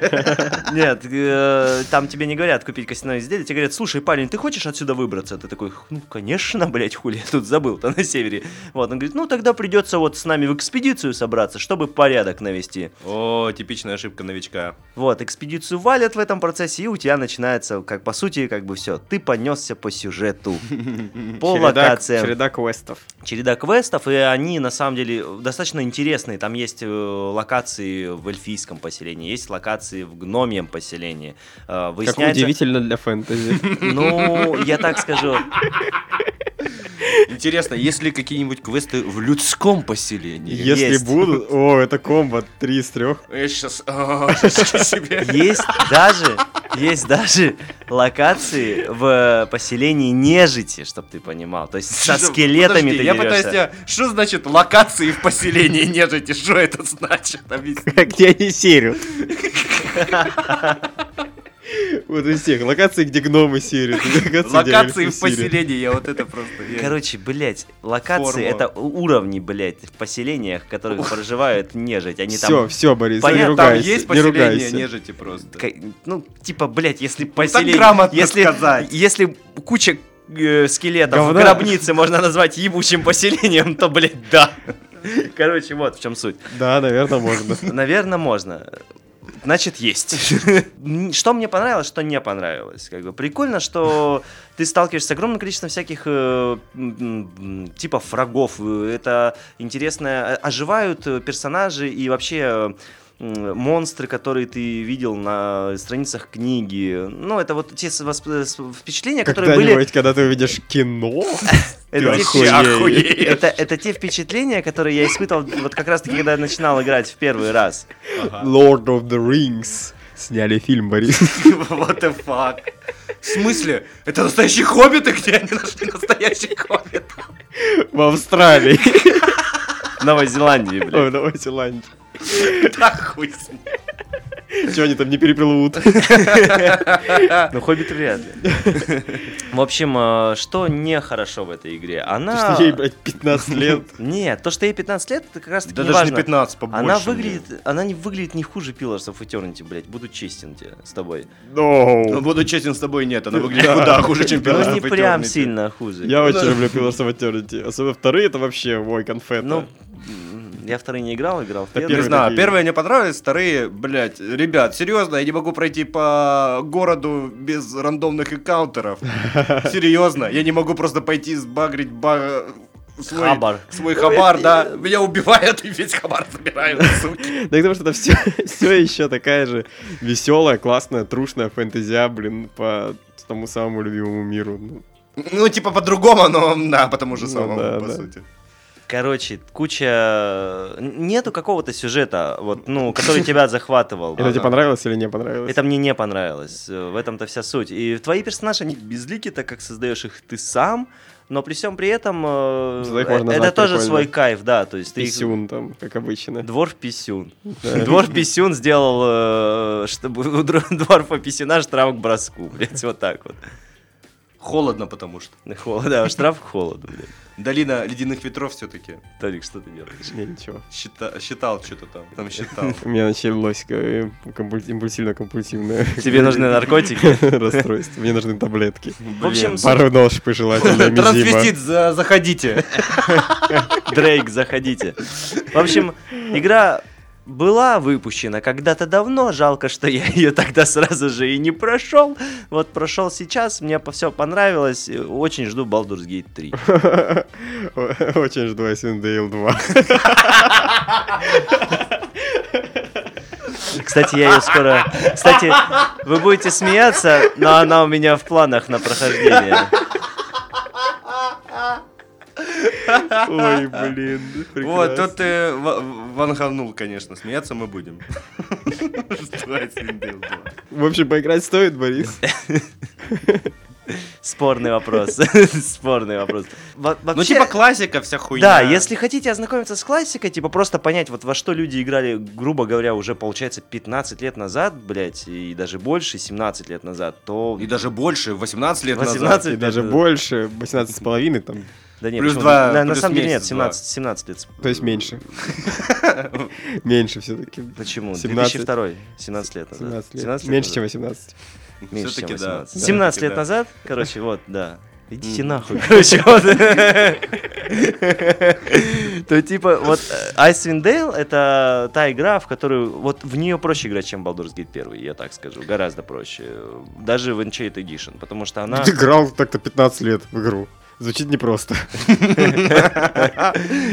Нет, э, там тебе не говорят купить костяное изделие, тебе говорят, слушай, парень, ты хочешь отсюда выбраться? Ты такой, ну, конечно, блять, хули, я тут забыл-то на севере. Вот, он говорит, ну, тогда придется вот с нами в экспедицию собраться, чтобы порядок навести. О, типичная ошибка новичка. Вот, экспедицию валят в этом процессе, и у тебя начинается, как по сути, как бы все. Ты понесся по сюжету, по Череда- локациям. Череда квестов. череда квестов, и они на самом деле достаточно интересные. Там есть э, локации в эльфийском поселении, есть локации в гномьем поселении. Э, Как Выясняется... удивительно для фэнтези. Ну, я так скажу. Интересно, есть ли какие-нибудь квесты в людском поселении? Если Есть. будут... О, это комбо 3 из 3. Я сейчас... себе. Есть даже, есть даже локации в поселении нежити, чтобы ты понимал. То есть со Что- скелетами подожди, ты я пытаюсь дерешься. тебя... Что значит локации в поселении нежити? Что это значит? Объясни. Где они серят. Вот из тех локаций, где гномы серят. Локации в поселении, я вот это просто... я- Короче, блядь, локации Формула. это у- уровни, блядь, в поселениях, в которых проживают нежить. Они там Все, все, Борис, Понятно, не там Там ругайся. есть не поселение ругайся. нежити просто. Ка- Ну, типа, блядь, если поселение... Ну, грамотно если, сказать. Если куча э, скелетов Говна. в гробнице можно назвать ебучим поселением, то, блядь, да. Короче, вот в чем суть. Да, наверное, можно. Наверное, можно. Значит, есть. М, Что мне понравилось, что не понравилось. Как бы прикольно, что ты сталкиваешься с огромным количеством всяких э, м, м, типов врагов. Э, Это интересно. Э, Оживают э, персонажи и вообще э, м, монстры, которые ты видел на страницах книги. Ну, это вот те с- восп- с- впечатления, которые были... Когда-нибудь, когда ты увидишь кино, Это Ты те охуеешь. впечат- это- это те впечатления, которые я испытывал вот как раз-таки, когда я начинал играть в первый раз. Lord of the Rings. Сняли фильм, Борис. What the fuck? В смысле? Это настоящие хоббиты? Где они нашли настоящих хоббитов? В Австралии. В Новой Зеландии, блядь. Ой, давай Силанд. Да хуй с ним. Чего они там не переплывут? Ну, хоббит вряд ли. В общем, э, что нехорошо в этой игре? Она... А. Что ей, блядь, 15 лет. Нет, то, что ей 15 лет, это как раз таки Да не даже не важно. 15, побольше. Она выглядит, она не выглядит не хуже Pillars of Eternity, блядь, буду честен тебе с тобой. Ну, No. Буду честен с тобой, нет, она выглядит Да. куда хуже, чем Ну, не Pillars of прям Eternity. сильно хуже. Я очень люблю Pillars of Eternity. Особенно вторые, это вообще, ой, конфеты. Ну, м, я вторые не играл, играл в Да первый. Не первый. знаю, такие. первые мне понравились, вторые, блядь, ребят, серьезно, я не могу пройти по городу без рандомных энкаунтеров. Серьезно, я не могу просто пойти сбагрить ба... Свой, Хабар. Свой хабар, да. Меня убивают и весь хабар забирают, суки. Да потому что это все, все еще такая же веселая, классная, трушная фэнтезия, блин, по тому самому любимому миру. Ну, Ну, типа по-другому, но да, по тому же Ну самому, да, по да. сути. Короче, куча... Нету какого-то сюжета, вот, ну, который тебя захватывал. Это типа тебе понравилось или не понравилось? А, Это мне не понравилось. Э, В этом-то вся суть. И твои персонажи, они безлики, так как создаешь их ты сам, но при всем при этом э, Зато их можно э, это назвать тоже прикольно. свой кайф, да. То есть ты их- Писюн там, как обычно. Двор писюн. Да. Двор писюн сделал, э, чтобы у дворфа писюна штраф к броску, блядь, вот так вот. Холодно, потому что. Холод, да, штраф к холоду, блядь. Долина ледяных ветров все-таки. Толик, что ты делаешь? Не, ничего. считал что-то там. Там считал. У меня началось э, компуль- импульсивно-компульсивное Тебе нужны наркотики? расстройство. Мне нужны таблетки. В общем, суть- Пару нож желательно, Трансвестит, мизима. за- заходите. Дрейк, заходите. В общем, игра была выпущена когда-то давно, жалко, что я ее тогда сразу же и не прошел. Вот прошел сейчас, мне все понравилось, э, очень жду Baldur's Gate 3. Очень жду Асиндейл 2. Кстати, я ее скоро... Кстати, вы будете смеяться, но она у меня в планах на прохождение. Ой, блин, Вот, прекрасно. тут э, ты ва- ванганул, конечно, смеяться мы будем. Что я с ним делал? В общем, поиграть стоит, Борис? Спорный вопрос. Спорный вопрос. Во- Ну, вообще- типа классика вся хуйня. Да, если хотите ознакомиться с классикой, типа просто понять, вот во что люди играли, грубо говоря, уже получается 15 лет назад, блядь, и даже больше, 17 лет назад, то... И даже больше, 18 лет 18 назад. И лет даже назад. больше, 18 с половиной там, Да нет, Плюс почему? два, на, на плюс самом деле нет, месяц, два. 17, 17 лет. то есть меньше. Меньше все-таки. Почему? 17. 2002, 17 лет назад. 17 лет. 17 Меньше, чем назад. 18. Меньше, чем Всё-таки да. 18. Да, 17 всё-таки лет да. назад, короче, вот, да. Идите Мгм. нахуй, короче, вот. То типа, вот э, Icewind Dale это та игра, в которую, вот в нее проще играть, чем Baldur's Gate 1, я так скажу, гораздо проще. Э, Даже в Unchained Edition, потому что она... Ты играл так-то 15 лет в игру. Звучит непросто.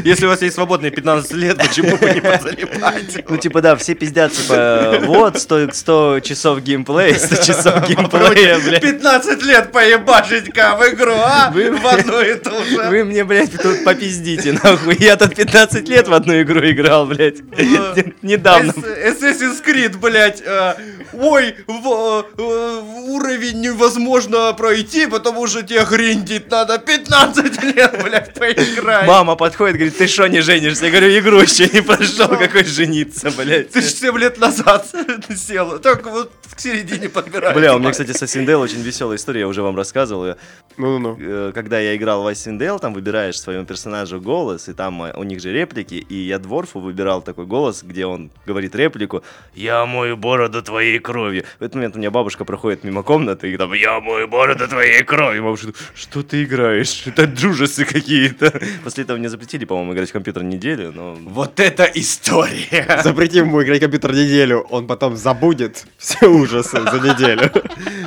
Если у вас есть свободные 15 лет, почему бы не позалипать? Ну, типа, да, все пиздят, типа, вот, 100, 100 часов геймплея, 100 часов геймплея, блядь. 15 лет поебашить-ка в игру, а? В одну и ту же. Вы мне, блядь, тут попиздите, нахуй. Я тут 15 лет в одну игру играл, блядь. Н- Недавно. Эс- Assassin's Creed, блядь, э, ой, в- э, уровень невозможно пройти, потому что тебе гриндить надо 15 лет, блядь, поиграть. Мама подходит, говорит, ты что не женишься? Я говорю, игру еще не прошел, какой жениться, блядь. Ты ж 7 лет назад села, только вот к середине подбираешь. Бля, у меня, кстати, со Синдел очень веселая история, я уже вам рассказывал. её. Ну-ну-ну. Э, Когда я играл в Icewind Dale, там выбираешь своему персонажу голос, и там э, у них же реплики, и я Дворфу выбирал такой голос, где он говорит реплику «Я мою бороду твоей кровью». В этот момент у меня бабушка проходит мимо комнаты, и там «Я мою бороду твоей кровью». Бабушка такая, «Что ты играешь? Это джужасы какие-то». После этого мне запретили, по-моему, играть в компьютер неделю, но... Вот это история. Запрети ему играть в компьютер неделю, он потом забудет все ужасы за неделю.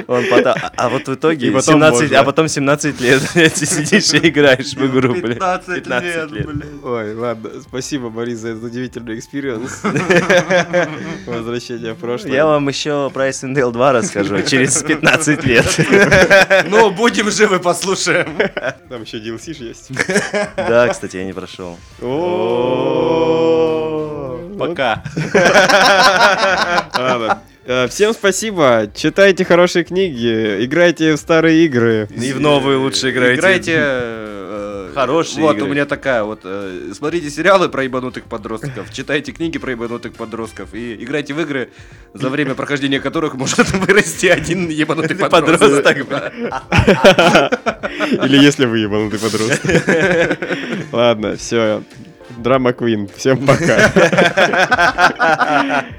Он потом... А, а вот в итоге И потом 17... можно. Ну, А потом 17 лет, блядь, ты сидишь и играешь в игру, блядь. 15 лет. блин. Ой, ладно, спасибо, Борис, за этот удивительный экспириенс. Возвращение в прошлое. Я вам еще про Icewind Dale 2 расскажу через 15 лет. Ну, будем живы, послушаем. Там еще DLC же есть. Да, кстати, я не прошел. Пока. Пока. А, Э, Всем спасибо. Читайте хорошие книги, играйте в старые игры. И в новые лучше играйте. Играйте э, Хорошие Вот, игры. у меня такая вот. э, Смотрите сериалы про ебанутых подростков, читайте книги про ебанутых подростков и играйте в игры, за время прохождения которых может вырасти один ебанутый подросток. Да. Или если вы ебанутый подросток. Ладно, все. Драма Квин. Всем пока.